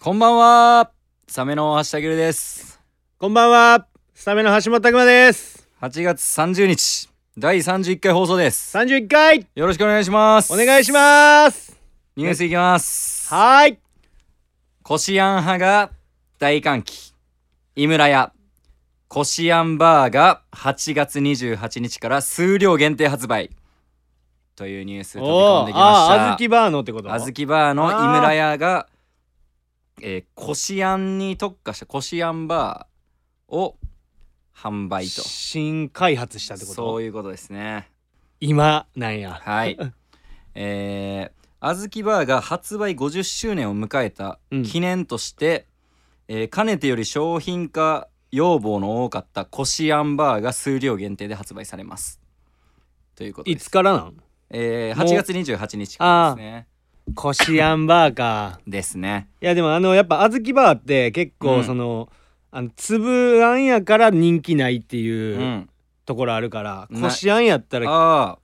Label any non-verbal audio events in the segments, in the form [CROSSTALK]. こんばんはサメの橋るですこんばんは。スタメンの橋本拓馬です。 8月30日第31回放送です三十一回よろしくお願いしますお願いします。すニュースいきますはーい。コシアン派が大歓喜井村屋コシアンバーが8月28日から数量限定発売というニュース飛び込んーできあー、あまずしきバーのってこと。たあずきバーの井村屋がえーコシアンに特化したコシアンバーを販売と新開発したってこと。そういうことですね今なんや。はい [LAUGHS] えー、あずきバーが発売50周年を迎えたうん記念として、えーかねてより商品化要望の多かったこしあんバーが数量限定で発売されますということいでつす、からなん？えー、もう8月28日からですねこしあんバーか。ですねいやでもあのやっぱあずきバーって結う構んその、あの粒あんやから人気ないってういうんところあるから、ないこしあんやったらああ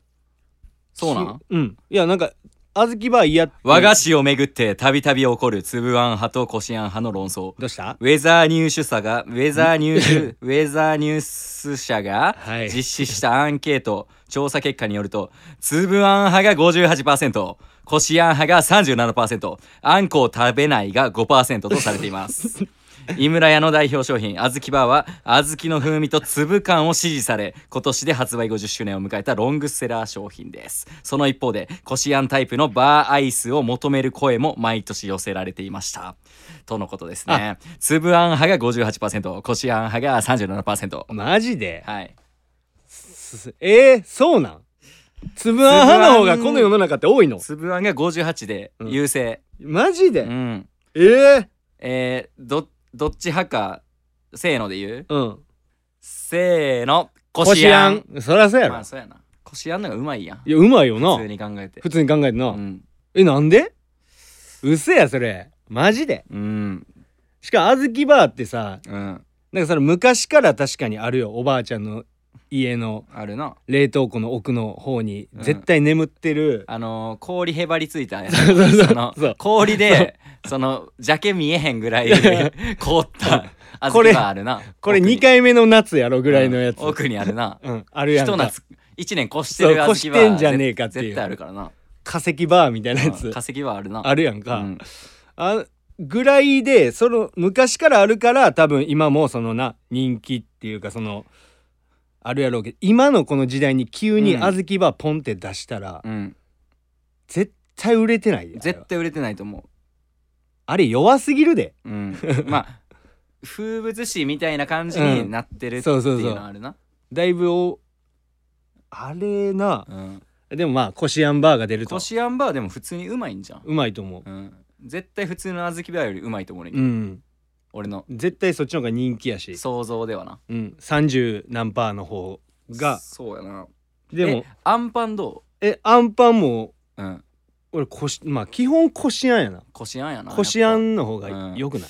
そうなんきうんいやなんかあずきバー嫌って和菓子をめぐってたびたび起こるつぶあん派とこしあん派の論争どうしたウェザーニュース社 [LAUGHS] がウェザーニュースウェザーニュース社がはい実施したアンケート調査結果によると粒あん派が58%こしあん派が37%あんこを食べないが5%とされています [LAUGHS] 井村屋の代表商品あずきバーはあずきの風味と粒感を支持され今年で発売50周年を迎えたロングセラー商品ですその一方でこしあんタイプのバーアイスを求める声も毎年寄せられていましたとのことですね粒あん派が58%こしあん派が37%マジではいすえー、そうなん粒あん派の方がこの世の中って多いの粒あんが58でうん優勢、マジで、うんえー、えーどどっち派かせーので言ううんせーのここししああんんそりゃそうやろ、まあそうやなこしあんのがうまいやんいやうまいよ普通なに考えて普通に考えてな、うん、えなんでうせやそれマジでうんしかもあずきバーってさうん、なんかそれ昔から確かにあるよおばあちゃんの家のあるな冷凍庫の奥の方にうん絶対眠ってる、あのー氷へばりついたやつ [LAUGHS] そうそうそうそのそう氷でそのジャケ見えへんぐらい凍ったあず [LAUGHS] こきれがあるなこれ奥に2回目の夏やろぐらいのやつ、うん奥にあるなうん、あるや一んか夏一年越してるそうあずきは越してんじゃねえかっていう絶対あるからな化石バーみたい [LAUGHS] なやうつん化石はあるなあるやんか、うんあぐらいでその昔からあるから多分今もそのな人気っていうかそのあるやろうけど今のこの時代に急にうん小豆バーポンって出したら、うん、絶対売れてないであれ絶は対売れてないと思あれ弱すぎるでう、 [LAUGHS] うん、まあ風物詩みたいな感じうにんなってるっていそうそうそううのあるな、だいぶおあれなうん、でもまあこしあんバーが出るとこしあんバーでも普通にうまいんじゃん、うまいと思ううん、絶対普通のあずきバーよりうまいと思うねんけうど、ん俺の絶対そっちの方が人気やし、想像ではなうん、30何パーの方がそうやなでもえアンパンどえアンパンもううん俺こしまあ基本こしあんやなこしあんやなこしあやっんの方が良くない、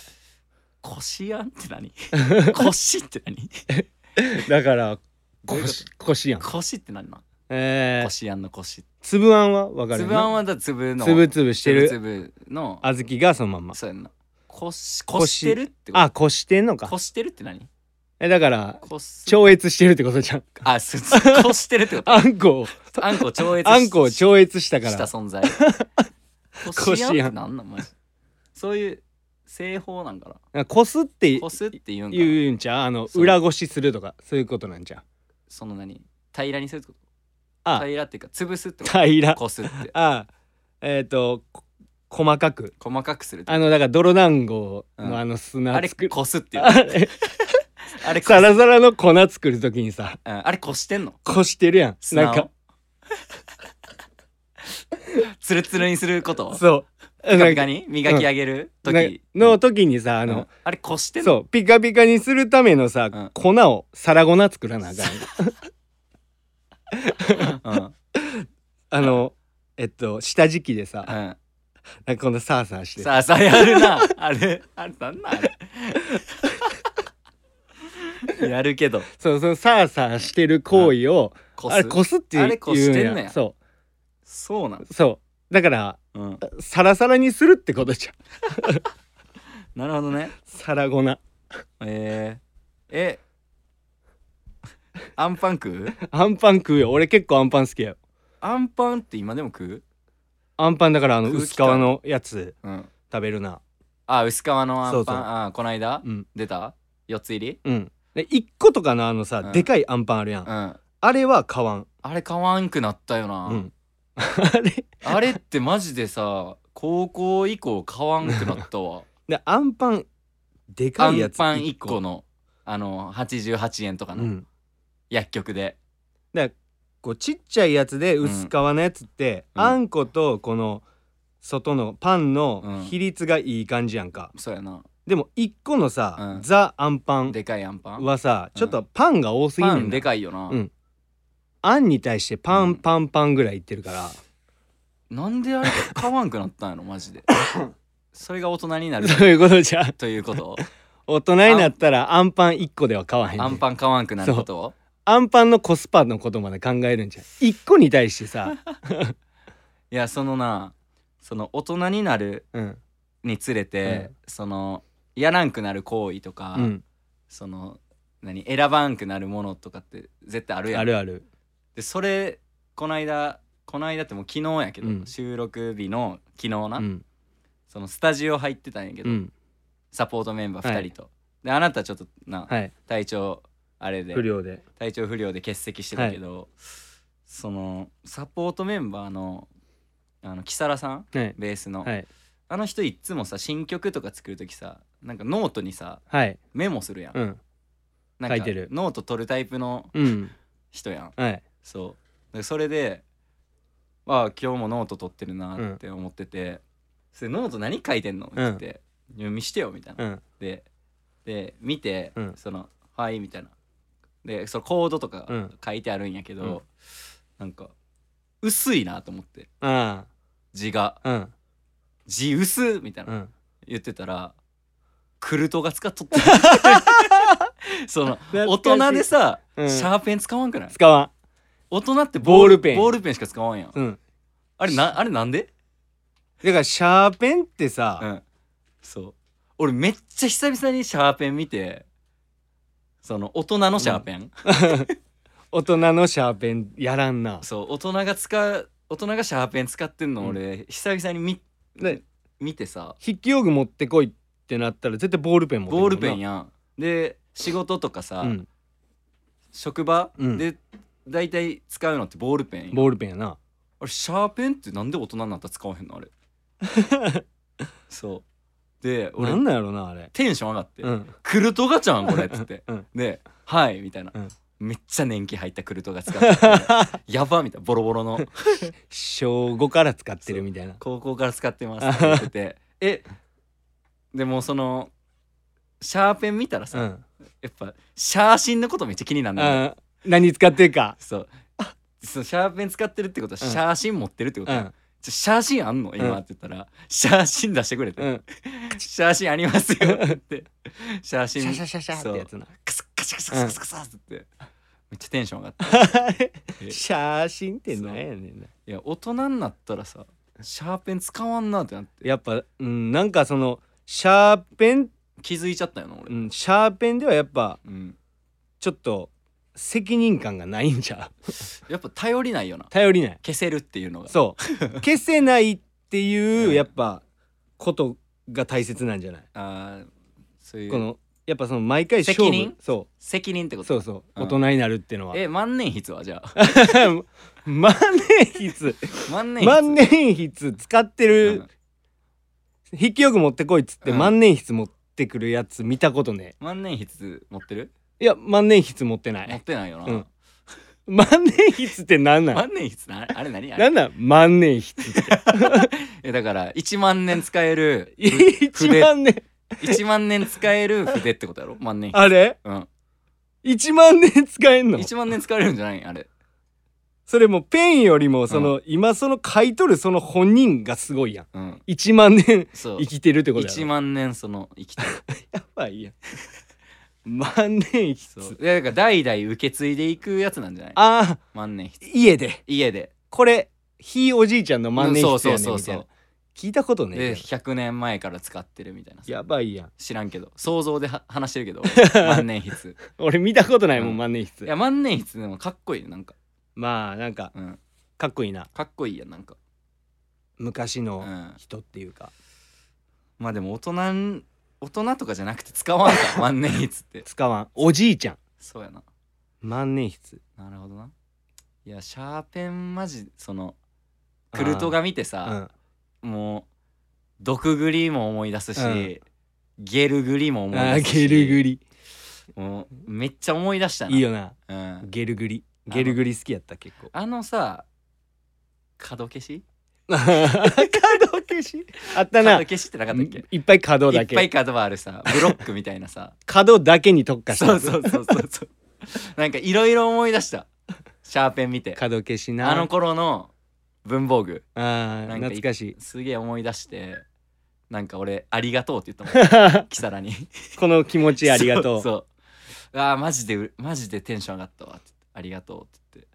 ぱこしあんって何 [LAUGHS] こしって何だからどういうこことしこしあんこしって何なえこー、しあんのこしつぶあんは分かるつぶあんははだつぶのつぶつぶしてつるぶつぶのあずきがそのまんまそうやんなこしこしこしてるってことあこしてんのかこしてるって何えだからこす超越してるってことじゃん [LAUGHS] あすこしてるってこあんこを [LAUGHS] とあんこを超越しあんこを超越したかしたら存在ここししああんんってなんなんマジそういう製法なんかこすってなこすって言うんかな言うんちゃうあのそう裏ごしするとかそういうことなんじゃうその何平らにするってことあ平らっていうか潰すってこと平らこすってあえっ、とこ細かく細かくするってあのだから泥団子うんのあのあ砂れ作る、こすっていう [LAUGHS] あれあれこサラサラの粉作るときにさうんあれこしてんのこしてるやん砂なんをか [LAUGHS] ツルツルにすることそうピカなピんかカに磨き上げるな時の時にさああの、あれこしてんのそうピカピカにするためのさ、うん粉をサラ粉作らなあかんうんうんあのえっと下敷きでささなんかこのサーサーしてあさあやるなあれあれなんなんあ [LAUGHS] れやるけどそうそのサーサーしてる行為を、こあれすこすって言あうれこしてんのやそそうなんうそうだからうんサラサラにするってことじゃんなるほどねサラゴナえー、えアンパン食うアンパン食うよ俺結構アンパン好きやよアンパンって今でも食アンパンだからあの空気薄皮感のやつううん食べるなあ薄皮のアンパンそうそうあこないだうん出た4つ入りうんで1個とかのあのさ、うんでかいアンパンあるやん、うんあれは買わん、あれ買わんくなったよな、うん、 [LAUGHS] あれあれってマジでさ高校以降買わんくなった [LAUGHS] わでアンパンでアかいやンつパン1個のあの88円とかうの、ん薬局でこうちっちゃいやつで薄皮のやつって、うんあんことこの外のパンうんの比率がいい感じやんか、そうやなでも1個のさ、うんザ・アンパンでかいアンパンはさうんちょっとパンが多すぎんパねんンなでかいよな、うんあんに対してパうんンパンパンぐらいいってるから、なんであれ買わんくなったんやろマジ [LAUGHS] でそれが大人になるそういうことじゃんということ大人になったらアンパン1個では買わへんねんアンパン買わんくなることをアンパンのコスパのことまで考えるんじゃん1個に対してさ、いやそのなその大人になるうんにつれて、うそのやらんくなる行為とか、うん、その何選ばんくなるものとかって絶対あるやんあるあるでそれこないだこないだってもう昨日やけど、うん収録日の昨日な、うんそのスタジオ入ってたんやけど、うんサポートメンバー2人と、であなたちょっとな、はい体調あれで不良で体調不良で欠席してたけど、そのサポートメンバーのあの木更さんはいベースの、はいあの人いっつもさ新曲とか作る時さなんかノートにさはいメモするやん,、うんなんか書いてるノート取るタイプのうん人やんはいそうでそれでああ今日もノート取ってるなって思ってて「それノート何書いてんの?」って言って「いや見してよ」みたいな、うんでで見て、うんその「はい」みたいなでそのコードとかうん書いてあるんやけど、うんなんか薄いなと思ってあ字があうん「字薄っ」みたいな、うん言ってたらクルトが使っとった [LAUGHS] その大人でさ、うんシャーペン使わんくない使わ大人ってボールペンボールペンしか使わんやんんうんあれなあれなんでだからシャーペンってさ、うんそう俺めっちゃ久々にシャーペン見てその大人のシャーペン、大人のシャーペンやらんなそう大人が使う大人がシャーペン使ってんの俺、久々に見ね見てさ筆記用具持ってこいってなったら絶対ボールペン持ってボールペンややんで仕事とかさ、うん職場、うんで大体使うのってボールペンやんボールペンやなあれシャーペンってなんで大人になったら使わへんのあ [LAUGHS] れそうで俺なんなんやろなあれテンション上がって「 [LAUGHS] うんクルトガチャンこれ」っつってうんで「はい」みたいな、うんめっちゃ年季入ったクルトが使っててやばみたいなボロボロの小5から使ってるみたいな高校から使ってますって言っててえでもそのシャーペン見たらさ、うんやっぱシャーシンのことめっちゃ気になるうのよ、ん何使ってるかそうそのシャーペン使ってるってことはうんシャーシン持ってるってことうや、んちょシャーシンあんの今、うんって言ったらシャーシン出してくれて、うんシャーシンありますよって言ってシャーシシンャシャシャシャってやつなカサッカサカサカサカサって言って、めっちゃテンション上がったえシャーシンってなんやねんないや大人になったらさシャーペン使わんなってなってやっぱうんなんかそのシャーペン気づいちゃったよな俺、うんシャーペンではやっぱうん、ちょっと責任感がないんじゃ [LAUGHS] うやっぱ頼りないよな頼りない消せるっていうのがそう [LAUGHS] 消せないってういんうやっぱことが大切なんじゃないあーそういうこのやっぱその毎回勝負責任そ責任ってこうとそうそううん大人になるっていうのはえ万年筆はじゃあ [LAUGHS] 万年筆万年筆万年筆使ってうんる筆記用具持ってこいっつってうん万年筆持ってくるやつ見たことね万年筆持ってるいや万年筆持ってな持っいてないよな、うん万年筆ってなんなん万年筆なあれ何あなれんなん万年筆えだから1万年使え [LAUGHS] る [LAUGHS] 一筆万年1万年使える筆ってことやろ万年筆 [LAUGHS] あれうん一万年使えんの1万年使われるんじゃないあれそれもペンよりもその、今その買い取るその本人がすごいやんうん一万年そう生きてるってことや1ろ万年その生き [LAUGHS] てるやばいやん万年そう筆いやだから代々受け継いでいくやつなんじゃないああ万年筆家で家でこれひいおじいちゃんの万年筆やねんみたいな、うんそうそうそうそう聞いたことねでえけ100年前から使ってるみたいなどやばいやん知らんけど想像では話してるけ [LAUGHS] ど万年筆俺見たことないもうんん万年筆いや万年筆でもかっこいいねなんか、まあなんかうん、かっこいいなかっこいいやんなんか、昔うのん、人っていうかまあでも大人ん大人とかじゃなくて使わん [LAUGHS] か万年筆って使わんおじいちゃんそうやな万年筆なるほどないやシャーペンマジそのクルトガ見てうさ、んもう毒グリも思い出すし、うんゲルグリも思いあ出ーすしゲルグリもうめっちゃ思い出したないいよなうん、ゲルグリあのゲルグリ好きやった結 [LAUGHS] 構あのさ角消し角消しあった角な消しってなかったっけいっぱい角いだっぱいけ角があるさブロックみたいな [LAUGHS] さ角だけに特化したそうそうそうそうそうなんかいろいろ思い出したシャーペン見て角消しなあの頃の文房具あーなんかい懐かし [LAUGHS] いすげえ思い出してなんか俺「ありがとう」って言った [LAUGHS] もんこキサラにの気持ちありがとうそうそうあーマジでうマジでテンション上がったわって言ってありがとうって言って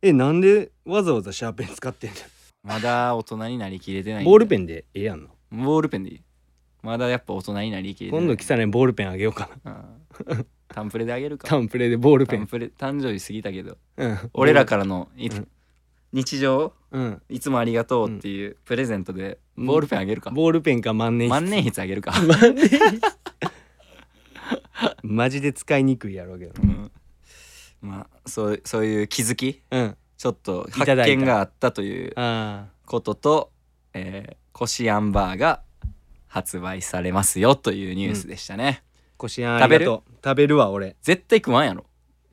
えなんでわざわざシャーペン使ってんまだ大人になりきれてなのいボールペンンでええやんのボールペンでいいまだやっぱ大人になりきれてない今度キサラにボールペンあげようかなうんタンプレであげるかタンプレでボールペタンンプレ誕生日過ぎたけどうん俺らからのいうん日常うんいつもありがとうっていうプレゼントでうんボールペンあげるか、ボールペンか万年筆万年筆あげるか、 [LAUGHS] マジで使いにくいやろうけどうんまあそうそういう気づきうんちょっとい発ただいた見があったというあことと、えー、コシアンバーが発売されますよというニュースでしたね、ーこしあんありがとう食べるわ俺絶対食わんやろ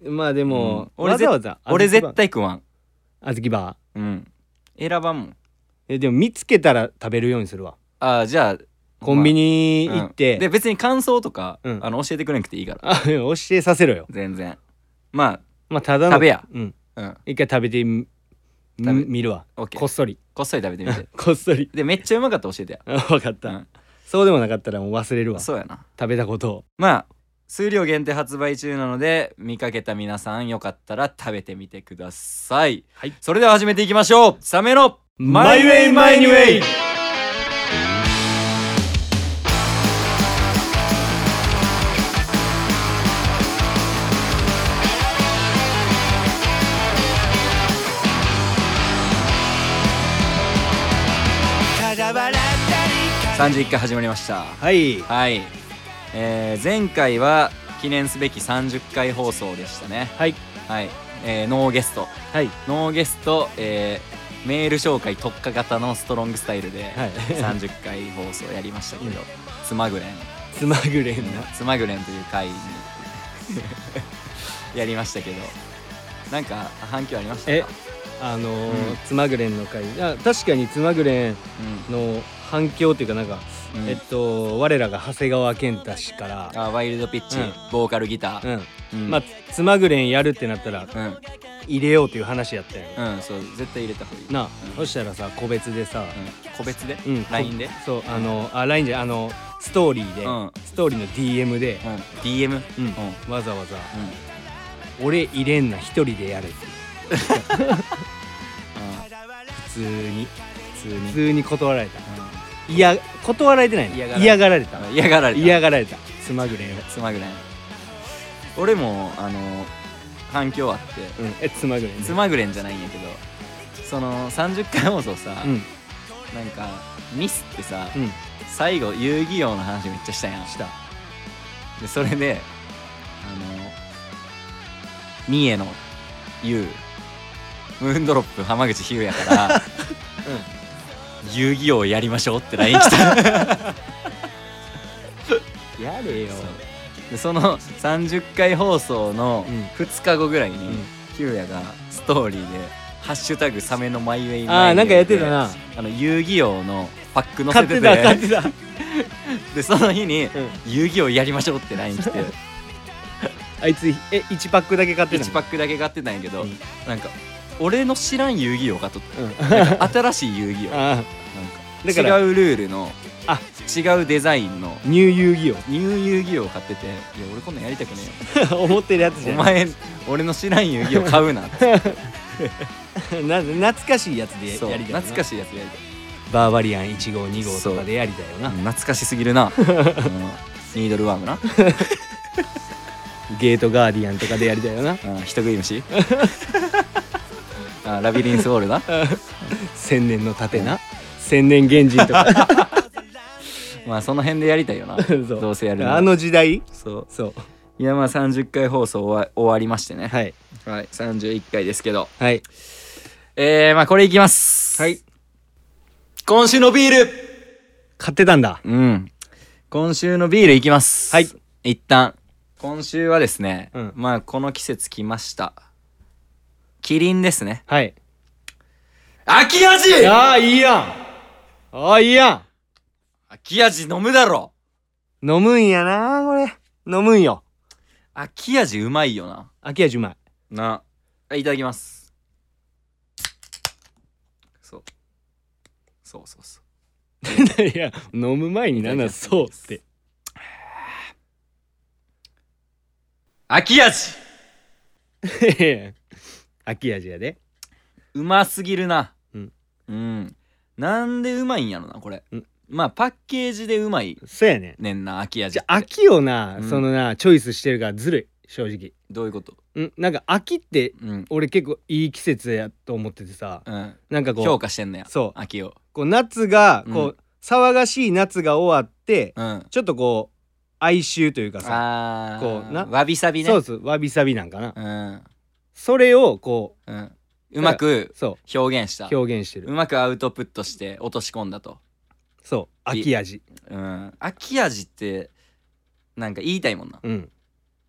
まあでも、うん俺わぜざわざ俺絶対対食わんあずきバーうん選ばんもんえでも見つけたら食べるようにするわあーじゃあコンビニまあ行って、うんで別に感想とか、うんあの教えてくれなくていいからあ [LAUGHS] 教えさせろよ全然ままあただの食べやうんあうん一回食べてみ食べみ見るわオッケーこっそりこっそり食べてみ [LAUGHS] てこっそりでめっちゃうまかったら教えてや分かった、うんそうでもなかったらもう忘れるわ食そうやなべたことをまあ数量限定発売中なので見かけた皆さんよかったら食べてみてください、はいそれでは始めていきましょうサメのマイウェイマイニウェイ31回始まりましたはいはい、えー前回は記念すべき30回放送でしたねはいはい、えーノーゲストはいノーゲスト、えーメール紹介特化型のストロングスタイルではい30回放送やりましたけど、つまぐれんつまぐれんなつまぐれんという回に [LAUGHS] やりましたけどなんか反響ありましたかえあのーうんつまぐれんの回あ確かにつまぐれんの反響っていうかなんか、うんうんえっと我らが長谷川健太氏からあワイルドピッチ、うんボーカルギター、うんうんまあつまぐれんやるってなったらうん入れようという話やったよ、うんそう絶対入れた方がいい、なあ、うんそしたらさ個別でさ、うん個別で、うん LINE で、そうあのあ LINE じゃないあのストーリーで、うんストーリーの DM で、うん、DM、うんうんわざわざ「俺入れんな一人でやれ」って普普通に通に普、通に断られたいや断られてないの嫌がられ嫌がられたうん嫌がられた嫌がられたつまぐれんを、つまぐれん俺もあの反響あってうん、えつまぐれんつまぐれんじゃないんやけどその30回放送さ、うんなんかミスってさ、うん最後遊戯王の話めっちゃしたやんしたでそれであの三重の優ムーンドロップ浜口優や [LAUGHS] から、遊戯王やりましょうって LINE 来たやれよでその30回放送のうん2日後ぐらいに、うんヒューヤがストーリーで「ハッシュタグサメのマイウェイマイあウェイあでなんかやってたなあの遊戯王のパック載買せっててた買っててた、でその日にうん「遊戯王やりましょう」って LINE [LAUGHS] 来てあいつえ1パックだけ買ってた1パックだけ買ってたんやけど、うんなんか俺の知らん遊戯王かとうんなんか新しい遊戯王なんかあだから違うルールのあ違うデザインのニュー遊戯王ニュー遊戯王買ってて「いや俺こんなんやりたくね [LAUGHS] えよ」思ってるやつじおゃん前俺の知らん遊戯を買うなってな懐かしいやつでそうやりたいな懐かしいやつやりたいバーバリアン1号2号とかでやりたいよな懐かしすぎる [LAUGHS] な、うんニードルワームな、ゲートガーディアンとかでやりたいよなうん、人食い虫あラビリンスウォールな [LAUGHS] 千年の盾な [LAUGHS] 千年原人と [LAUGHS] かまあその辺でやりたいよな [LAUGHS] そうどうせやるならあの時代そうそういやまあ30回放送終わ終わりましてねはいはい、31回ですけどはいえー、まあこれいきますはい今週のビール買ってたんだうん今週のビールいきますはい一旦今週はですね、うんまあこの季節来ましたキリンですねはい秋味ああいいやんああいいや秋味飲むだろん飲むんやなこれ飲むんよ秋味うまいよな秋味うまいなあいただきますそうそうそうそう [LAUGHS] いや飲む前になんなんそうって秋味 [LAUGHS] 秋味やでうますぎるなうん、うんなんでうまいんやろなこれ、うんまあパッケージでうまいそうやねねんな秋味じっゃてあ秋をな、うんそのなチョイスしてるからずるい正直どういうことうんなんか秋ってうん、俺結構いい季節やと思っててさうん、なんかこ評う価してんのやそう秋をこう夏がこう、うん騒がしい夏が終わって、うんあちょっとこう哀愁というかあさ、ーこうなわびさびねそうそうわびさびなんかな、うんそれをこうんうまくうそ表現したう表現してうるまくアウトプットして落とし込んだとそう秋味うん秋味ってなんか言いたいもんなうん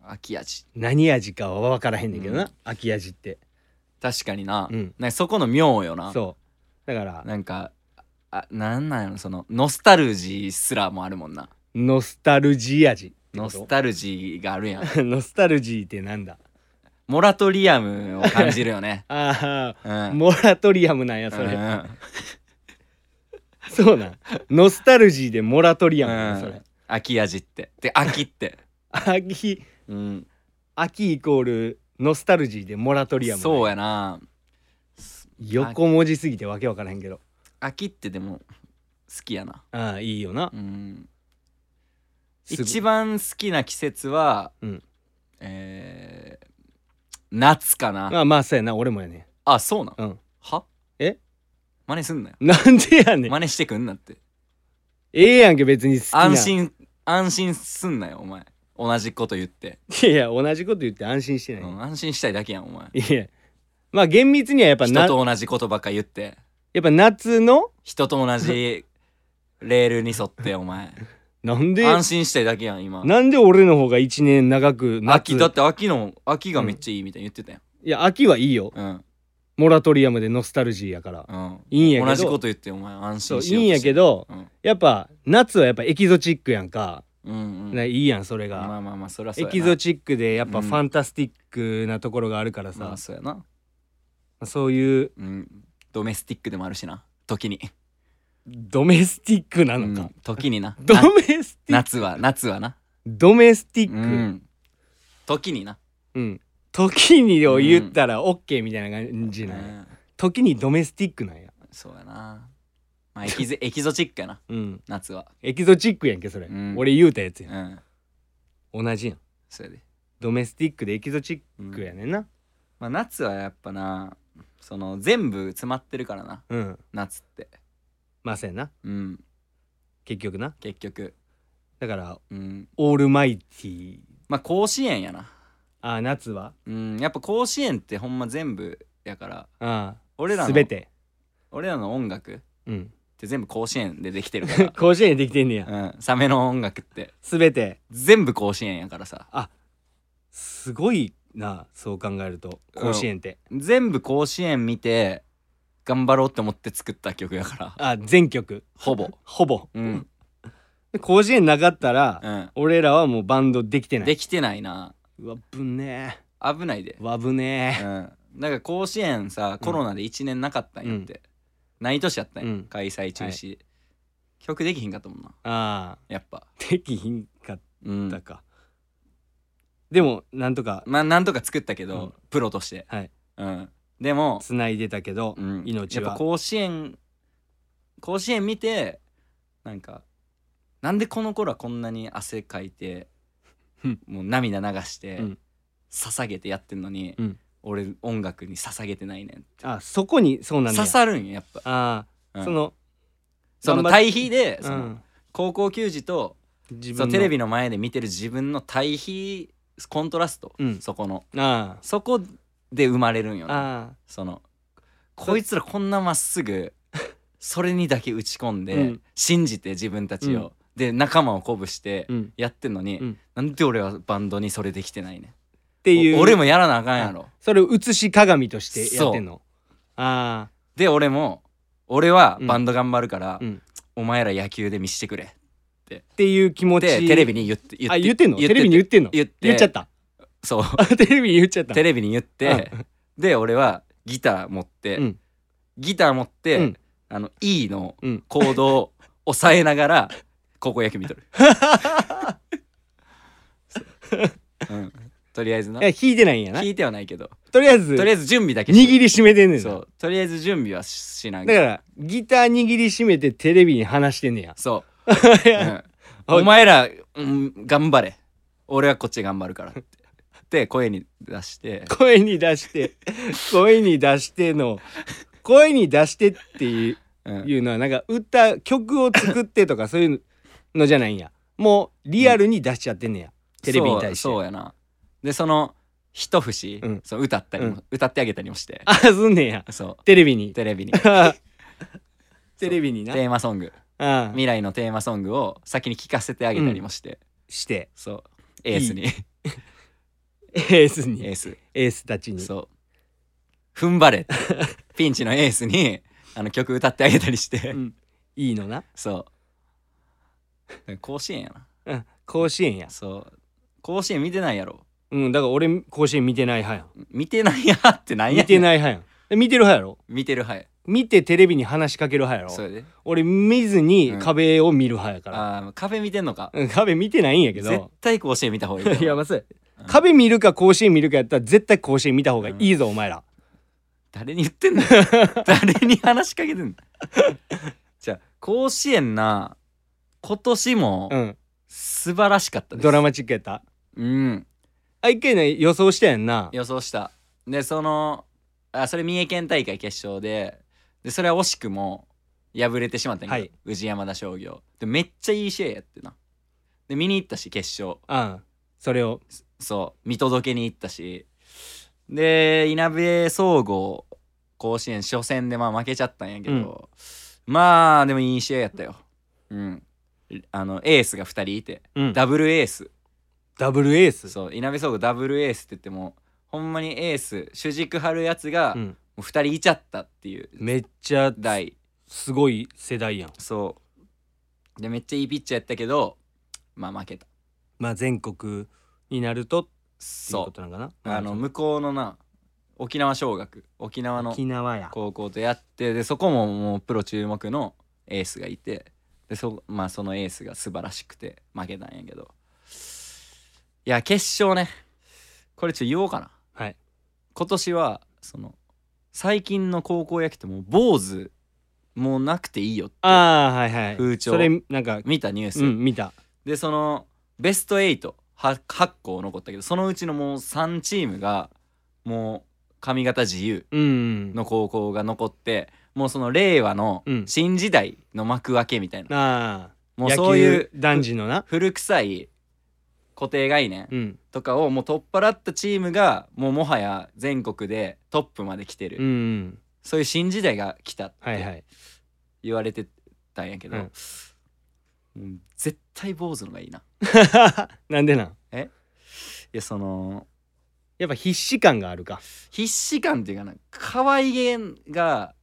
秋味何味かは分からへんねんけどな、うん秋味って確かにな,、うんなんかそこの妙よなそうだからなんかあなんなんやろそのノスタルジーすらもあるもんなノスタルジー味ってノことスタルジーがあるやん [LAUGHS] ノスタルジーってなんだモラトリアムを感じるよ [LAUGHS] ねあうんあモラトリアムなんやそれ、うんそうなんノスタルジーでモラトリアムなんやそれ、うん秋味ってで秋って、秋うん、秋イコールノスタルジーでモラトリアムなんそうやな横文字すぎてわけわからへんけど秋ってでも好きやなああいいよなうんすご一番好きな季節は、うんえー夏かなあまあそうやな俺もやねあそうなんうんはえ真似すんなよなんでやねん真似してくんなってええやんけ別に好きな安心安心すんなよお前同じこと言って、いやいや同じこと言って安心してない、うん安心したいだけやんお前いやまあ厳密にはやっぱな人と同じことばっか言ってやっぱ夏の人と同じレールに沿ってお前なん [LAUGHS] で安心したいだけやん今 [LAUGHS] なんで俺の方が1年長く夏秋だって秋の秋がめっちゃいいみたいに言ってたやんいや秋はいいようんモラトリアムでノスタルジーやからうんいいんやけど同じこと言ってお前安そう心いしよいうんやけどとしてやっぱ夏はやっぱエキゾチックやんか、うんうんうんないいやんそれが、まあまあまあそりゃそうエやなキゾチックでやっぱうんファンタスティックなところがあるからさ、まあそうやなそういううんドメスティックでもあるしな時にドメスティックなのかうん、時になドなメスティック夏は夏はなドメスティッうク、うんん時にな時にを言ったらオッケーみたいな感じうなんや、ん時にドメスティックなんや、そうやなまあエキゾエキゾチックやなうん、夏はエキゾチックやんけそれ、うん俺言うたやつうやん、ん同じやんそれで、ドメスティックでエキゾチうッんクやねんなまあ夏はやっぱなその全部詰まってるからなうん、夏ってまあせやなうん結局な結局だからうんオールマイティーまあ甲子園やなあー夏はうんやっぱ甲子園ってほんま全部やからあ俺らあの全て俺らの音楽っ [LAUGHS] うんて全部甲子園でできてるか甲子園でできてんねやら、 [LAUGHS] うん、サメの音楽って全て全部甲子園やからさすごいなそう考えると甲子園って、全部甲子園見て頑張ろうって思って作った曲や [LAUGHS] からあ全曲ほぼほぼ、うん、で甲子園なかったら、うん、俺らはもうバンドできてないできてないなうわぶね危ないでえわぶうねんだから甲子園さコロナで1年なかったんやって、ない年やったんや、うん開催中止、曲できひんかったもんなえ、あやっぱあできひんかっうんたか、でもなんとかまあなんとか作ったけど、うんプロとしてはいうんでも、繋いでたけど、うん、命やっぱは甲子園甲子園見てなんかなんでこの頃はこんなに汗かいてうんもう涙流して、うん捧げてやってんのに、うん俺音楽に捧げてないねんってあそこにそうなんだ刺さるんよやっぱ、ああ、うんそのその頑張っ対比でうその、ん高校球児と自そ分ののテレビの前で見てる自分の対比コントラスト、うんそこのあそこで生まれるんよあねあそのこいつらこんなまっすぐ [LAUGHS] それにだけ打ち込んで、うん信じて自分たちを、うんで仲間を鼓舞してあうんっやってんのに、うんなんで俺はバンドにそれできてないねんていうお俺もやらなあかんやろそれを映し鏡としてやってんのあで俺も俺はバンド頑張るから、うんうんお前ら野球で見してくれあっていう気持ちでテレビに言って言あ言ってんのテレビに言ってんの言って言っちゃったそうあテレビに言っちゃっ [LAUGHS] たテレビに言って、で俺はギター持って、うんギター持って、うんあの E のうん行動を抑えなが [LAUGHS] ら高校野球見とる。そううん、とりあえずないや弾いてないんやな [LAUGHS] 聞いてはないけどとりあえずとりあえず準備だけ握りりしめてんねんそなうとりあえず準備はししなだかいらギター握りしめてテレビに話してんねやそう、うんお前ら、うん、頑張れ俺はこっち頑張るから [LAUGHS] ってで声に出して [LAUGHS] 声に出して声に出しての声に出してっていううんいうのはなんか歌曲を作ってとかそういうのじゃないんやもうリアルに出しちゃってんねや、テレビに対してそうそうやなでその一節、うんそう歌ったりも、うん歌ってあげたりもしてあすんねんやそテレビにうテレビ [LAUGHS] にテレビになテーマソングああ未来のテーマソングを先に聴かせてあげたりもして、してそうエースにエースエにースエースたちにそう踏ん張れ [LAUGHS] ピンチのエースにあの曲歌ってあげたりして、うんいいのな、そう甲子園やうん、甲子園やなそう甲子園見てないやろうんだから俺甲子園見てない派見てないやってなやいんや見ていない派やん見てる派やろ見てるはい見てテレビに話しかける派やそろれで俺見ずに壁を見る派やから、あー壁見てんのかうん壁見てないんやけ絶ど対甲子園見た方がいい [LAUGHS] いやよまあそうやうん壁見るか甲子園見るかやったら絶対甲子園見た方がいいぞ、お前ら誰に言ってん [LAUGHS] の誰に話しかけてんのじゃあ甲子園な今年もうん素晴らしかったですドラマチックやったうんあ一回ね予想したやんな予想したでそのあそれ三重県大会決勝ででそれは惜しくも敗れてしまったんやけど、は宇治山田商業でめっちゃいい試合やってなで見に行ったし決勝うんそれをそう見届けに行ったしでいなべ総合甲子園初戦でまあ負けちゃったんやけど、まあでもいい試合やったようんあのエースが2人いてうんダダブルエースブルエースそういなべ総合ダブルエースって言ってもほんまにエース主軸張るやつがうもんう2人いちゃったっていうめっちゃ代すごい世代やんそうでめっちゃいいピッチャーやったけどまあ負けたまあ全国になるとっていうそことなんかなうあの向こうのな沖縄尚学沖縄の沖縄や高校とやってでそこももうプロ注目のエースがいてでそ,、まあ、そのエースが素晴らしくて負けたんやけどいや決勝ねこれちょっと言おうかなはい今年はその最近の高校野球ってもう坊主もうなくていいよってああはいはい風潮それなんか見たニュース、うん見たでそのベスト8は8校残ったけどそのうちのもう3チームがもう髪型自由うんの高校が残ってもうその令和のうん新時代の幕開けみたいな、あもうあそういう男児のな古臭い固定概念うんとかをもう取っ払ったチームがもうもはや全国でトップまで来てる、うんそういう新時代が来たっはいはてい [LAUGHS] 言われてたんやけど、うんうん絶対坊主のがいいななんでなんいやそのやっぱ必死感があるか必死感っていうかな可愛げが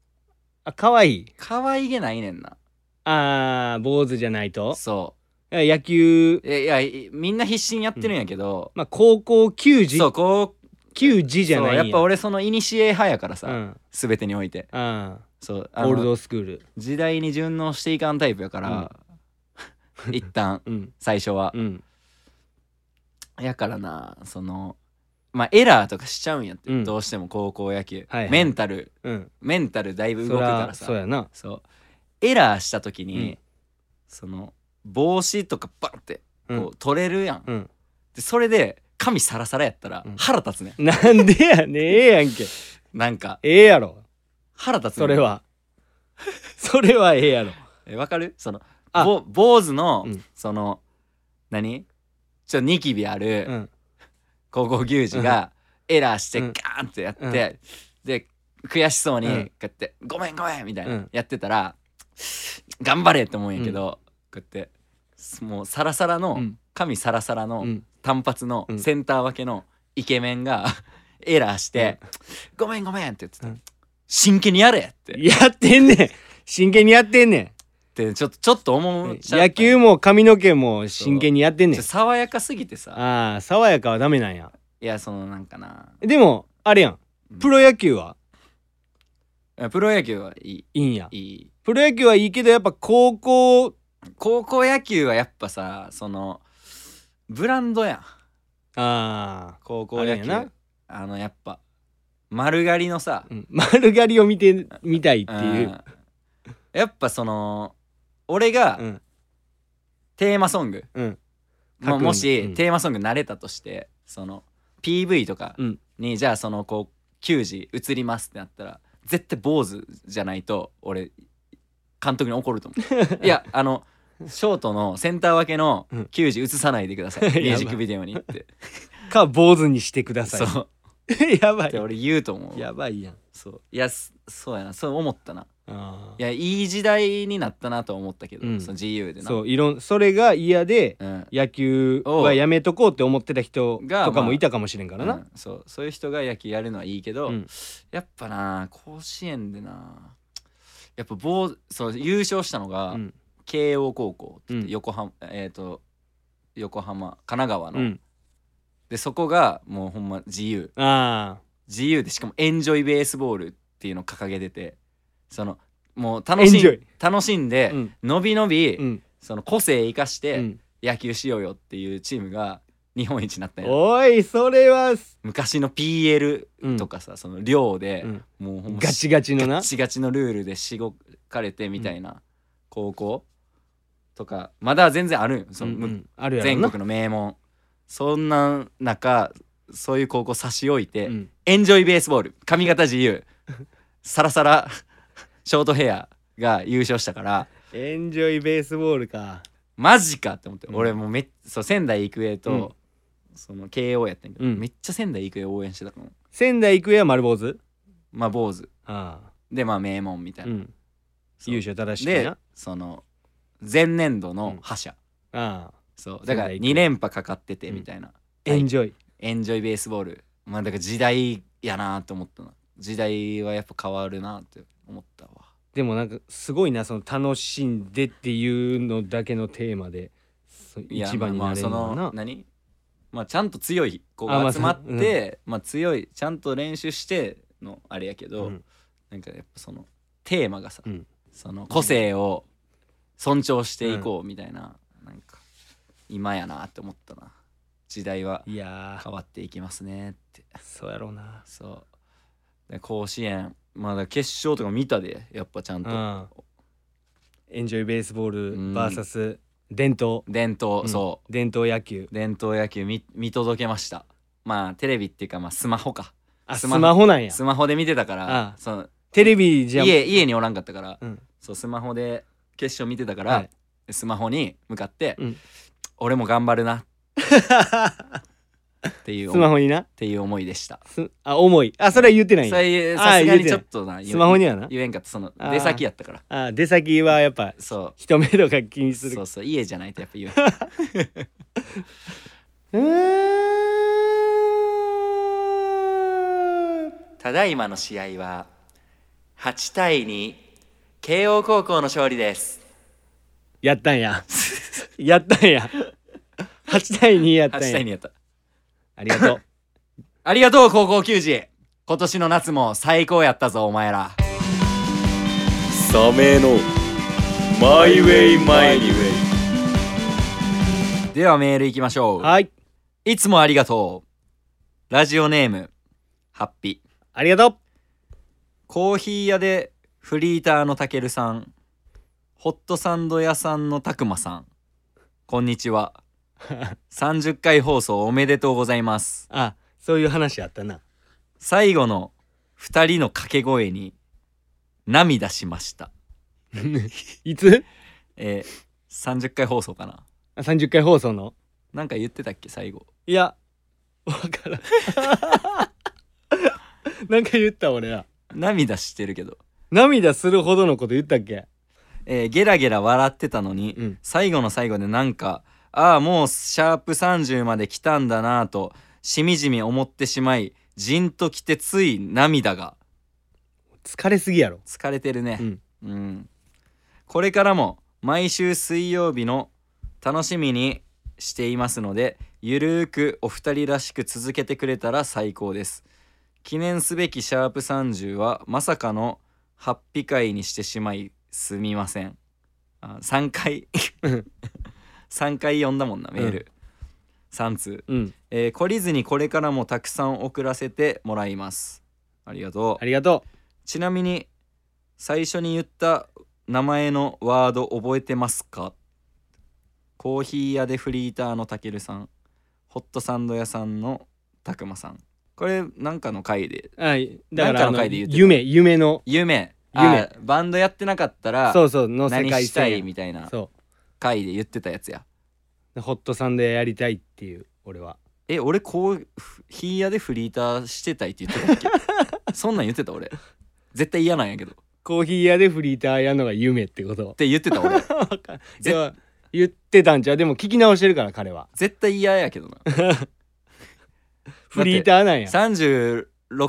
あ可愛い可愛げないねんなあー坊主じゃないとそ野球ういやいやみんな必死にやってるんやけど、まあ高校球児そうこう球児じゃないんそうやっぱ俺その古派やからさ、うん全てにおいてあそうーあのオールドスクール時代に順応していかんタイプやから、 [LAUGHS] 一旦うん最初はう、んやからなそのまあエラーとかしちゃうんやって、うんどうしても高校野球、はいはいメンタルうんメンタルだいぶ動そくかららさそうやなそうエラーした時に、うんその帽子とかバンってうこんう取れるやん、うんでそれで髪サラサラやったらうん腹立つね、なんでやねんええやんけん、なんかええやろ腹立つねんそれはそれはええやろえわかるそのあぼ坊主の、うんその何ちょっとニキビある、うん高校球児がエラーしてうガーんンってやって、で悔しそうにうんこうやって「ごめんごめん」みたいうなんやってたら「頑張れ!」って思うんやけど、こうやってすもうサラサラの、うん髪サラサラの、うん単発のうんセンター分けのイケメンが [LAUGHS] エラーして「ごめんごめん」って言ってた、うん真剣にやれ!」ってやってんねん真剣にやってんねってちょっとちょっと思んっちゃった野球も髪の毛も真剣にやってんねちんょ爽やかすぎてさああ爽やかはダメなんやいやそのなんかなでもあれやんプロ野球はプロ野球はいいいんやいいいプロ野球はいいけどやっぱ高校高校野球はやっぱさそのブランドやんあ高校野球あれやあなのやっぱ丸刈りのさあ、、うん、丸刈りを見てみたいっていううんやっぱその俺がうんテーマソング、うんまあ、各もし、うんテーマソング慣れたとしてその PV とかうんに、じゃあそのこう球児移りますってなったら絶対坊主じゃないと俺監督に怒ると思 [LAUGHS] ういやあのショートのセンター分けのうん球児移さないでください、 [LAUGHS] やばいミュージックビデオにってか坊主にしてくださいそう [LAUGHS] やばってい俺言うと思うやばいやんそういやすそうやなそう思ったなあいやいい時代になったなとは思ったけど、うんその GU でなそういろんそれが嫌でうん野球はやめとこうって思ってた人がとかもいたかもしれんからうなんそうそういう人が野球やるのはいいけど、うんやっぱな甲子園でなやっぱ棒そう優勝したのが、うん慶応高校って言ってうん横浜、えっ、と横浜神奈川の、うんでそこがもうほんま自由あ自由でしかもエンジョイベースボールっていうのを掲げててそのもうあ楽エンしジョんイ楽しんで、うんのびのび、うんその個性生かしうてん野球しようよっていうチームが日本一になったんやおいそれは昔の PL うんとかさ、その寮で、うんもうほんまガチガチのガなチガチのルールでしごかれてみたいな高校とかまだ全然あるんよその、うんうんあるやろ全な国の名門そんな中そういう高校差し置いて、うんエンジョイベースボール髪型自由サラサラショートヘアが優勝したからエンジョイベースボールかマジかって思って、うん俺もうめっそう仙台育英と、うんその慶応やったんやけど、うんめっちゃ仙台育英応援してたかも仙台育英は丸坊主まあ坊主あでまあ名門みたあいうな、んそう優勝正しいでなその前年度の覇者、ああそうだから仙台育英2連覇かかっててみたいな、エンジョイエンジョイベースボールまあだから時代やなと思ったな時代はやっぱ変わるなって思ったわでもなんかすごいなその楽しんでっていうのだけのテーマでそういや一番にまあまなあれそるののな何まあちゃんと強い子あまがあ集まってそうまあ、強いちゃんと練習してのあれやけど、うんなんかやっぱそのテーマがさ、うんその個性を尊重していこうみたいな、なんか今やなって思ったな時代はいや変わっていきますねってーそうやろうなそうで甲子園まあだから決勝とか見たでやっぱちゃんうと、んエンジョイベースボールうん VS 伝統伝統、うんそ伝統野球う伝統野球見見届けましたまあテレビっていうかまあスマホかあススマホマホなんやスマホで見てたからああそのテレビじゃ家家におらんかったから、うんそうスマホで決勝見てたから、はいスマホに向かって、うん俺も頑張る [LAUGHS] なっていうスマホになっていう思いでした。すあ重いあそれは言ってないんそやれあさすが言うにてちなょいっとな言えスマホにはな言えんかったそのあー出先やったからあ出先はやっぱそ人目とか気にうするそうそう家じゃないとやっぱ [LAUGHS] 言えんうーんただいまの試合は8対2慶応高校の勝利ですやったん [LAUGHS] ややったんや8対2やった8対んや2やったありがとうありがとう高校球児今年の夏も最高やったぞお前らサメのマイウェイマイウェイではメールいきましょう、はいい、つもありがとうラジオネームハッピーありがとうコーヒー屋でフリーターのたけるさんホットサンド屋さんのたくまさんこんにちは30回放送おめでとうございますあそういう話あったな最後の2人の掛け声に涙しましたいつえー、30回放送かなあ30回放送のなんか言ってたっけ最後いやわからん [LAUGHS] なんか言った俺ら涙してるけど、涙するほどのこと言ったっけえーゲラゲラ笑ってたのに、うん最後の最後でなんかああもうシャープ30まで来たんだなぁとしみじみ思ってしまいじんときてつい涙が疲れすぎやろ疲れてるねうんうんこれからも毎週水曜日の楽しみにしていますのでゆるーくお二人らしく続けてくれたら最高です記念すべきシャープ30はまさかのハッピー会にしてしまいすみませんあ3回うん3回読んだもんなメール、3通、うんえー懲りずにこれからもたくさん送らせてもらいますありがとうありがとちなみに最初に言った名前のワード覚えてますかコーヒー屋でフリーターのたけるさんホットサンド屋さんのたくまさんこれなんかの回でうはいだからなんかのあの回で言うてた夢夢の夢夢あバンドやってなかったらそうそうの世何界した線いやみたいなそ回で言ってたやつやうホットサンドやりたいっていう俺はえ俺コーヒー屋でフリーターしてたいって言ってたっけそんなん言ってた俺絶対嫌なんやけどっコーヒー屋でフリーターやるのが夢ってことて言ってた俺ぜでは言ってたんじゃうでも聞き直してるから彼は絶対嫌やけどなフリーターなんや36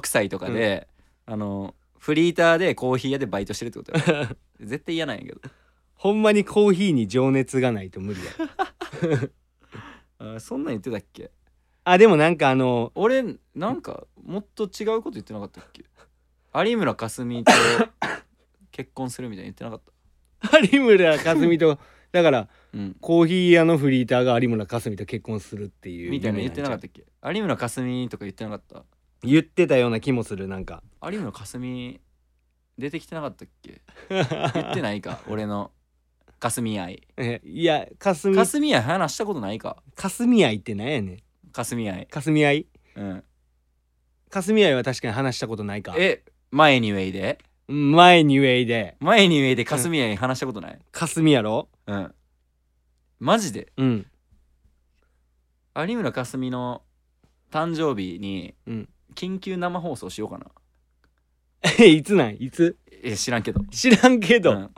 歳とかで、あのフリーターでコーヒー屋でバイトしてるってこと [LAUGHS] や絶対嫌なんやけどほんまにコーヒーに情熱がないと無理 [LAUGHS] やあそんなん言ってたっけあでもなんかあの俺なんかもっと違うこと言ってなかったっけ有村架純 [LAUGHS] と結婚するみたいに言ってなかった [LAUGHS] 有村架純と [LAUGHS] だからうんコーヒー屋のフリーターが有村架純と結婚するっていうみたいな言ってなかっ夢んちたっけ有村架純とか言ってなかっゃう言ってたような気もするなん [LAUGHS] かた有村架純出てきてなかったっけ言っ言てない [LAUGHS] か俺の架純 [LAUGHS] 愛いや架純架純愛話したことないか架純愛ってなんやねん架純愛架純愛うん架純愛は確かに話したことないかえ前にウェイでうん前にウェイで前に上で霞屋に話したことない架純やろうんマジでうん有村架純の誕生日にうん緊急生放送しようかなえ [LAUGHS] いつなんいつえ知らんけど知らんけど、うん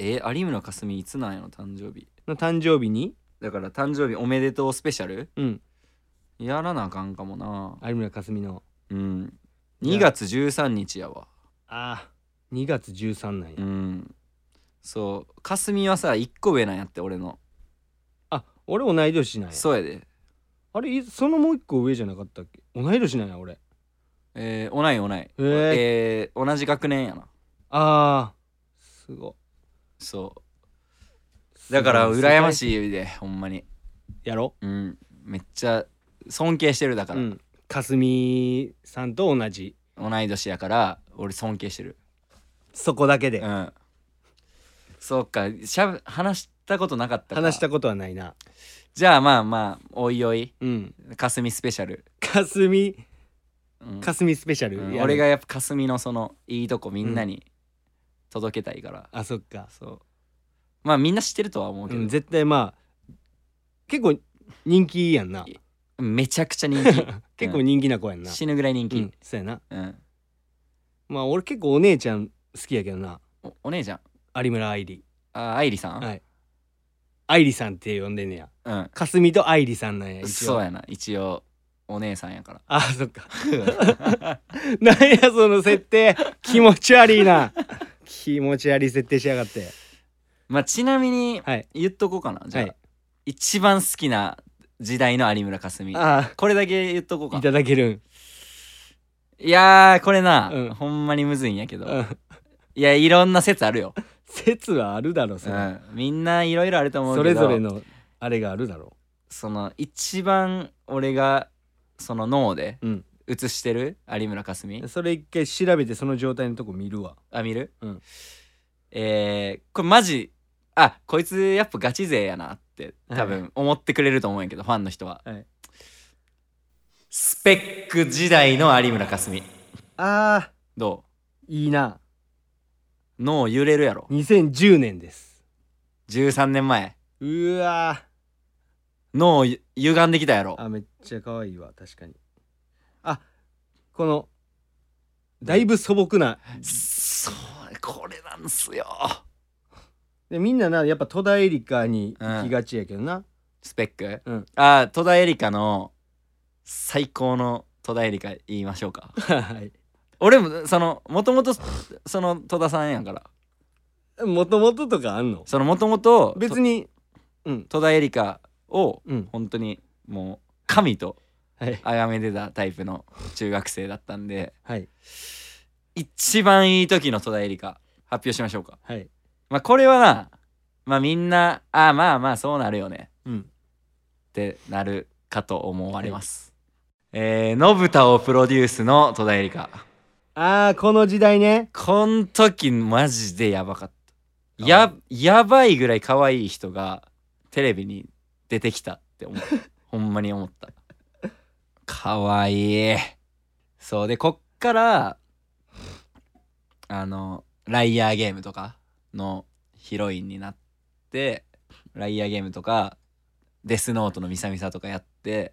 え有村架純いつなんやの誕生日の誕生日にだから誕生日おめでとうスペシャルうんやらなあかんかもな有村架純のうんい2や月13日やわああ2月13なんや、うんそう霞はさ1個上なんやって俺のあ俺同い年なんやそうやであれいそのもう一個上じゃなかったっけ同い年なんや俺へえー、おないおないええー、同じ学年やなあーすごそうだから羨まいしいでほんまにやろうんめっちゃ尊敬してるだかうら、んかすみさんと同じ同い年やから俺尊敬してるそこだけでうんそうかしゃ話したことなかったか話したことはないなじゃあまあまあおいおいうんかすみスペシャル、かすみうんかすみスペシャルうやんる俺がやっぱかすみのそのいいとこみんなに届けたいから、あそっかそうまあみんな知ってるとは思うけうど、ん絶対まあ結構人気やんなめちゃくちゃ人気結構人気な子や [LAUGHS] んな死ぬぐらい人う気ん、そうやなうんまあ俺結構お姉ちゃん好きやけどなおお姉ちゃん有村愛理あ愛梨さん、はい愛理さんって呼んでんねやうんかすみと愛理さんなんや一応そうやな一応お姉さんやからあそっか [LAUGHS] なんやその設定気持ち悪いな気持ち悪い設定しやがって [LAUGHS] まあちなみにはい言っとこうかなじゃあ、はい一番好きな時代の有村架純あこれだけ言っとこうあかいただけるんいやーこれな、うんほんまにむずいんやけど、うんいやいろんな説あるよ、説はあるだろそうれ、ん、みんないろいろあると思うそけれどぞれのあれがあるだろその一番俺がその脳でうん映してる有村架純それ一回調べてその状態のとこ見るわあ見る、うんえーこれマジあこいつやっぱガチ勢やなって多分思ってくれると思うんやけど、ファンの人は、はいスペック時代の有村架純あどーいいなう脳揺れるやろ2010年です13年前うわ脳ゆ歪んできたやろーあめっちゃ可愛いわ確かにあこのだいぶ素朴なそうこれなんすよでみんななやっぱ戸田恵梨香に行きがちやけどな、スペック、うんあ戸田恵梨香の最高の戸田恵梨香言いましょうかはい俺もそのもともとその戸田さんやからもともととかあんのそのもともと別にうん戸田恵梨香をうん本当にもう神とはい崇めてたタイプの中学生だったんではい一番いい時の戸田恵梨香発表しましょうかはいまあこれはなまあみんなああまあまあそうなるよねうんってなるかと思われます、えー、信太をプロデュースの戸田恵梨香あーこの時代ねこん時マジでやばかったややばいぐらい可愛い人がテレビに出てきたって思ったほんまに思った可愛いそうでこっからあのライアーゲームとかのヒロインになってライアーゲームとかデスノートのミサミサとかやって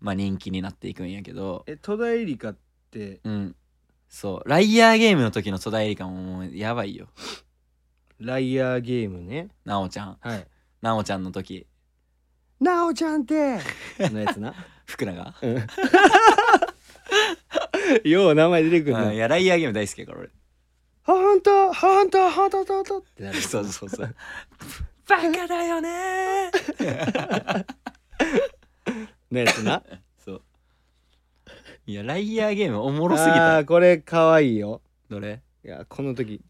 まあ人気になっていくんやけどえ戸田恵梨香ってうん。そう。ライアーゲームの時の戸田恵梨香ももうやばいよ。ライアーゲームねなおちゃん。はいなおちゃんの時、なおちゃんって [LAUGHS] のやつな福永。よう名前出てくるうん、ないや、ライアーゲーム大好きやから俺。ほんとほんとほんとほんとってなるそうそう [LAUGHS] そう。バカだよねー。のやつなそう。いや、ライアーゲームおもろすぎあた。ーこれかわいいよどれいやこの時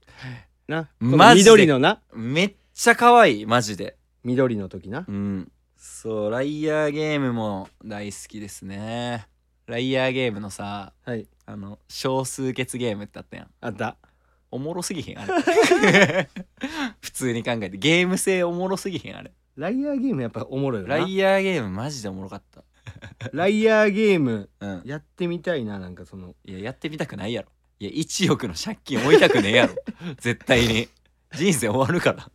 なこのマジで緑のなめっちゃ可愛い、マジで。緑の時なうん。そう、ライアーゲームも大好きですね。ライアーゲームのさ、はいあの、少数決ゲームってあったやん。あったおもろすぎへんあれ [LAUGHS] 普通に考えてゲーム性おもろすぎへんあれライアーゲームやっぱおもろいよなライアーゲームマジでおもろかっライアーゲームたうんやってみたいななんかそのいややってみたくないやろいや1億の借金負いたくねえ [LAUGHS] やろ絶対に人生終わるか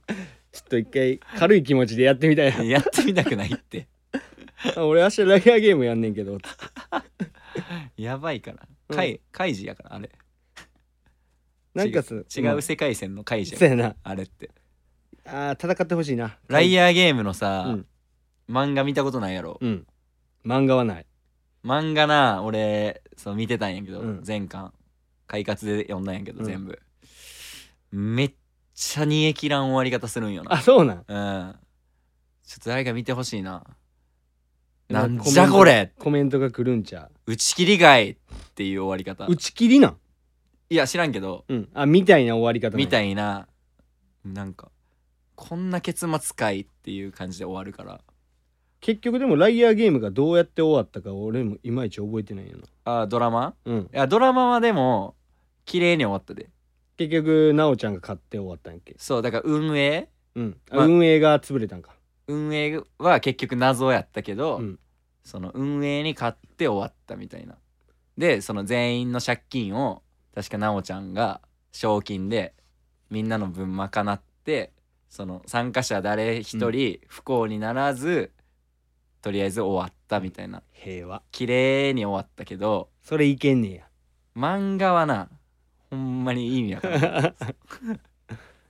ちょっと一回軽い気持ちでやってみたいらやってみたくないってな [LAUGHS] 俺明日ライアーゲームやんねんけどやばいからうんカイ,、カイジやからあれなんかす違う世界線のカイジやそうやなあれってあー戦ってほしいなライアアーゲームのさ、うん漫画見たことないやろうん漫画はない漫画な俺そう見てたんやけど、うん全巻快活で読んだんやけど、うん全部めっちゃ煮え切らん終わり方するんよあなそうなんうんちょっと誰か見てほしいななんじゃこれコメントが来るんちゃ打ち切りがいっていう終わり方う打ち切りなんいや知らんけどうんあみたいな終わり方みたいいななんかこんな結末かいっていう感じで終わるから結局でもライアーゲームがどうやって終わったか俺もいまいち覚えてないよなあドラマうんいやドラマはでも綺麗に終わったで結局なおちゃんが買って終わったんやっけそうだから運営うん、あまあ運営が潰れたんか運営は結局謎やったけど、うんその運営に勝って終わったみたいなでその全員の借金を確か奈緒ちゃんが賞金でみんなの分賄ってその参加者誰一人不幸にならず、とりあえず終わったみたいな平和綺麗に終わったけどそれいけんねや漫画はなほんまに意味わ [LAUGHS] からん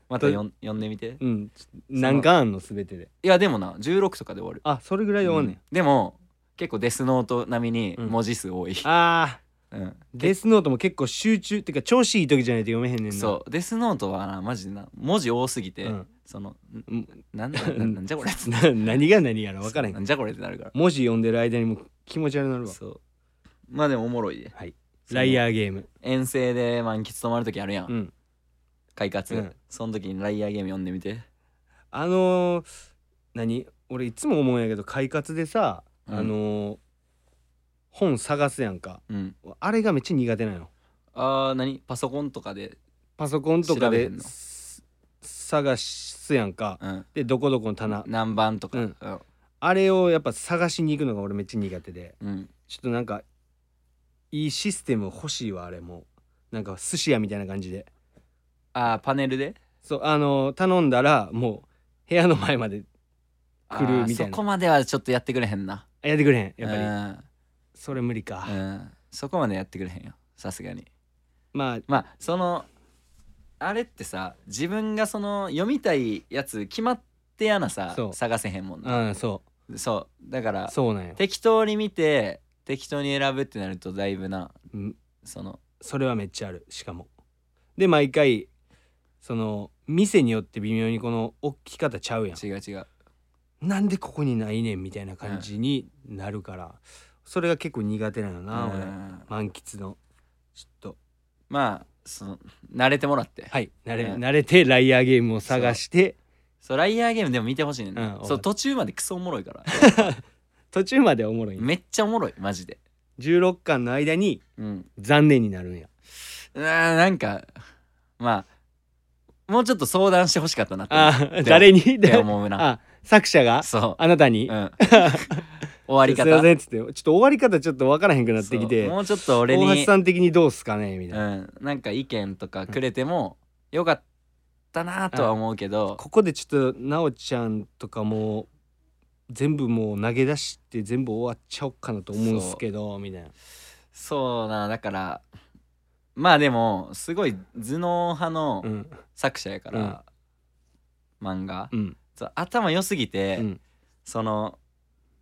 またよん読んでみてうん何かあんの全てでいやでもな16とかで終わるあそれぐらいで終わんねん、でも結構デスノート並みに文字数多い、あうんーデスノートも結構集中っていうか調子いい時じゃないと読めへんねんなそうデスノートはなマジでな文字多すぎて、うんそのうんなんなんなんなんじゃこれ [LAUGHS] な何が何やら分からへなんんじゃこれってなるから文字読んでる間にもう気持ち悪くなるわそうまあでもおもろいではいライーアーゲーム遠征で満喫泊まる時あるやん、うん快活、うんその時にライアーゲーム読んでみてあのー何俺いつも思うんやけど快活でさ、うんあのー本探すやんかうんあれがめっちゃ苦手なのあー何パソコンとかでパソコンとか調べへでんのす探すやんか、うん、でどこどこの棚何番とか、ううんんあれをやっぱ探しに行くのが俺めっちゃ苦手でうんちょっとなんかいいシステム欲しいわあれもなんか寿司屋みたいな感じでああパネルでそうあの頼んだらもう部屋の前まで来るあーみたいなそこまではちょっとやってくれへんなあやってくれへんやっぱり、それ無理うか、ん、うん、そこまでやってくれへんよさすがにまあまあそのあれってさ自分がその読みたいやつ決まってやなさそう探せへんもんなうんそそうだからうそうなんよ、適当に見て適当に選ぶってなるとだいぶなうんそのそれはめっちゃあるしかもで毎回その店によって微妙にこの置き方ちゃうや違う違うんなんでここにないねんみたいな感じになるから、それが結構苦手なのな、う俺ん満喫のちょっとまあその慣れてもらって、はい慣れ,、うん慣れてライアーゲームを探してそうライアーゲームでも見てほしいねんな、うんそう途中までクソおもろいから途中までおもろいねめっちゃおもろいマジで16巻の間にうん残念になるんやうわーなんかまあもうちょっと相談してほしかったなってあであ誰にって誰思うなあ作者がそあなたに、う、 [LAUGHS] うん、終わりすいま方せんっつってちょっと終わり方ちょっとわからへんくなってきそうてもうちょっと俺大橋にさん的にどうっすかねみたいな、うん、なんか意見とかくれてもよかったなとは思うけど、ここでちょっと奈緒ちゃんとかもう全部もう投げ出して全部終わっちゃおっかなと思うんすけどみたいなそうなだからまあでもすごい頭脳派のうん作者やから、漫画、うんそう頭良すぎうて、んその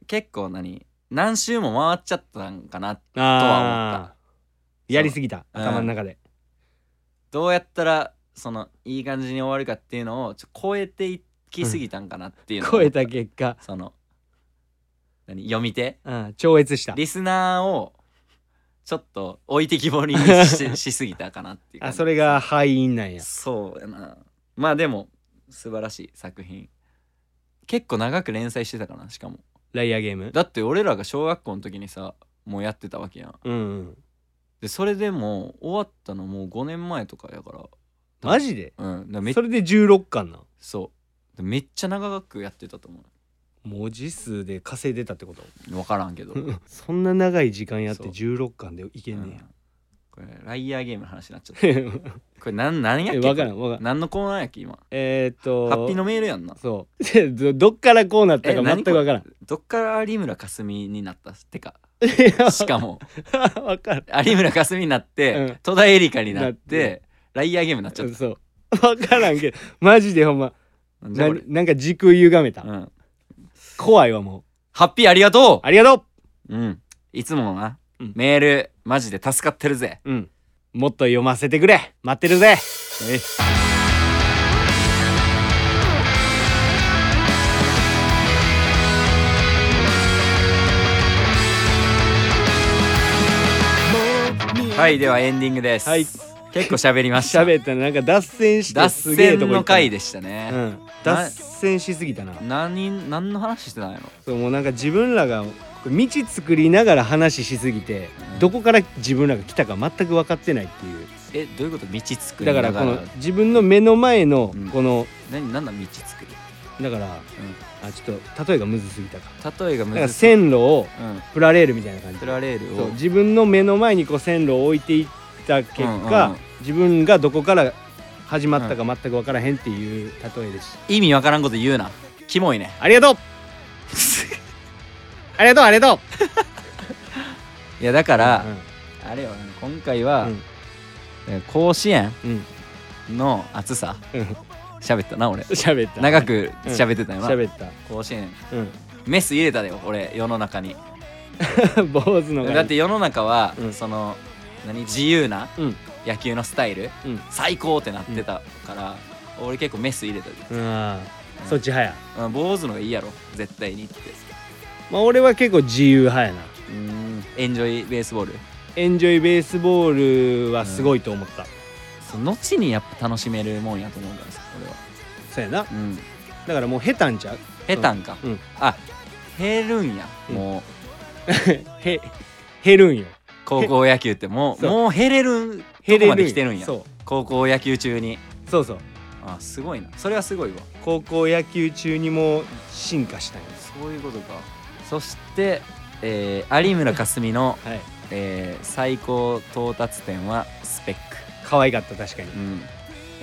結構何何周も回っちゃったんかなああやりすぎたそう頭の中で、どうやったらそのいい感じに終わるかっていうのをちょ超えていきすぎたんかなっていうのを超えた結果その何読み手うん超越したリスナーをちょっと置いてきぼりに [LAUGHS] ししすぎたかなっていう感あじそれが敗因なんやそうやなまあでも素晴らしい作品結構長く連載してたかなしかもライアーゲームだって俺らが小学校の時にさもうやってたわけやんうん、うん、でそれでもう終わったのもう5年前とかやからマジでうんだからめっそれで16巻なんそうめっちゃ長くやってたと思文字数で稼いでたってことう分からんけど、 [LAUGHS] そんな長い時間やってそう16巻でいけうんねこれライアーゲームの話になっちゃっえたやこれなんなんやっ [LAUGHS] えけわからこんわかられ [LAUGHS] ん何のコーナーやっけ今えー、っとハッピーのメールやんなそう [LAUGHS] どどっからこうなったえか全何くわからんどっから有村架純になった [LAUGHS] ってかししか [LAUGHS] ももわからん有村架純になって、うん戸田恵梨香にななっっててライアーゲームになっちゃっそうわからんけどマジでほんまたななんんじなんか時空歪めた、ゃこれうん、怖いわもハッピーありがうとありがとううんいつものな、うんメールマジで助かってるぜううんもっと読ませてくれ待ってるぜえはいではエンディングです、はい結構喋りました喋ったらなんか脱線して [LAUGHS] 脱すげえ線とこ行のったな回でしたね、うん脱線しすぎたな何何の話してたんやろそうもうなんか自分らが道作りながら話しすぎてどこから自分らが来たか全く分かってないっていえうどういうこと道作りだなからこの自分の目の前のうんこの、何何だ道作りだから、あちょっと例えがむずすぎたか例えがだから難しい線路をうんプラレールみたいな感じプラレールそうを自分の目の前にこう線路を置いていった結果、うんうん自分がどこから始まったか全く分からへんっていう例えです、意味わからんこと言うなキモい [LAUGHS] ねありがとうありがとうありがとういやだから、うんあれよ今回は、うんえ甲子園うんの暑さうん [LAUGHS] 喋ったな俺喋った長く喋ってたよな、喋った甲子園うん [LAUGHS] メス入れたでよ俺世の中に坊主のだって世の中は、うんその何自由なうん野球のスタイル、うん最高ってなってたから、俺結構メス入れたで、うんそっち派やうん、坊主の方がいいやろ絶対にってまあ俺は結構自由派やなうんエンジョイベースボールエンジョイベースボールはすごいと思った、その後にやっぱ楽しめるもんやと思うからさ俺はそうやなうんだからもう下手んちゃう減ったんか、うんあ減るんや、うんもうへ減るんよ高校野球ってもうそうもう減れると減これまるで来てるんやそう高校野球中にそうそうあすごいなそれはすごいわ高校野球中にも進化したんですそういうことかそして、えー有村架純の、はいえー最高到達点はスペック可愛かった確かにうん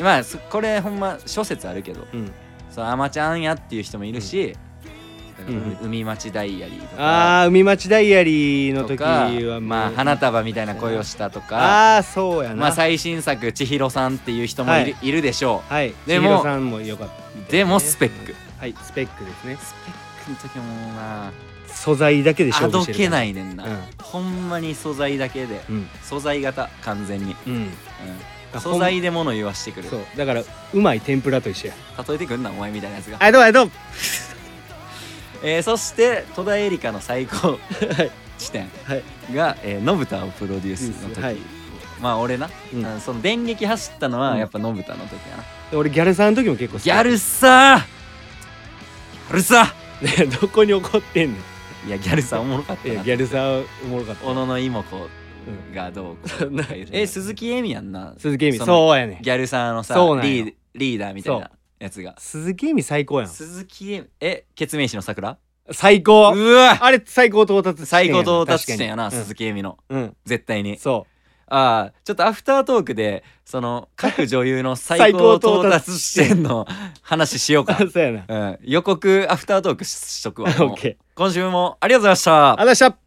まあそこれほんま諸説あるけどうんそのアマちゃんやっていう人もいるし、うんだから海町ダイアリーとかあー海町ダイアリーのと時かはまあもう花束みたいな声をしたとかああそうやな、まあ最新作「千尋さん」っていう人もいる,、い、るでしょはいででももさんも良かったみたいですねでもスペックはいスペックですねうスペックの時はもうな素材だけであ勝負どしてけるからないねんな、うんほんまに素材だけでうん素材型完全に、うんうん、素材で物言わしてくるそうだからうまい天ぷらと一緒や例えてくんなお前みたいなやつが、あどうもどうもえーそして戸田恵梨香の最高地点はいがえーノブタをプロデュースの時、はいまあ俺な、うんうんその電撃走ったのはうんやっぱノブタの時やな、俺ギャルさんの時も結構好きギャルさーギャルさね [LAUGHS] どこに怒ってんのーいやギャルさーおもろかったいやなギャルさんおもろかった小野の妹子がどうこうとか言う [LAUGHS] そんなえ鈴木恵美やんな鈴木恵美そのそうやねんギャルさーのさそうなんリよーリーダーみたいそなやつが鈴木恵美最高やん鈴木恵美えケツメイシの桜最う高わあれ最高到達地点最高到達確か地に点やなうん鈴木恵美のうん絶対にそああちょっとアフタートークでその各女優の最高到達地点の話しようう [LAUGHS] かあそうやなうん、予告アフタートークししとくわもう [LAUGHS] オッケー今週もありがとうございましたありがとうございました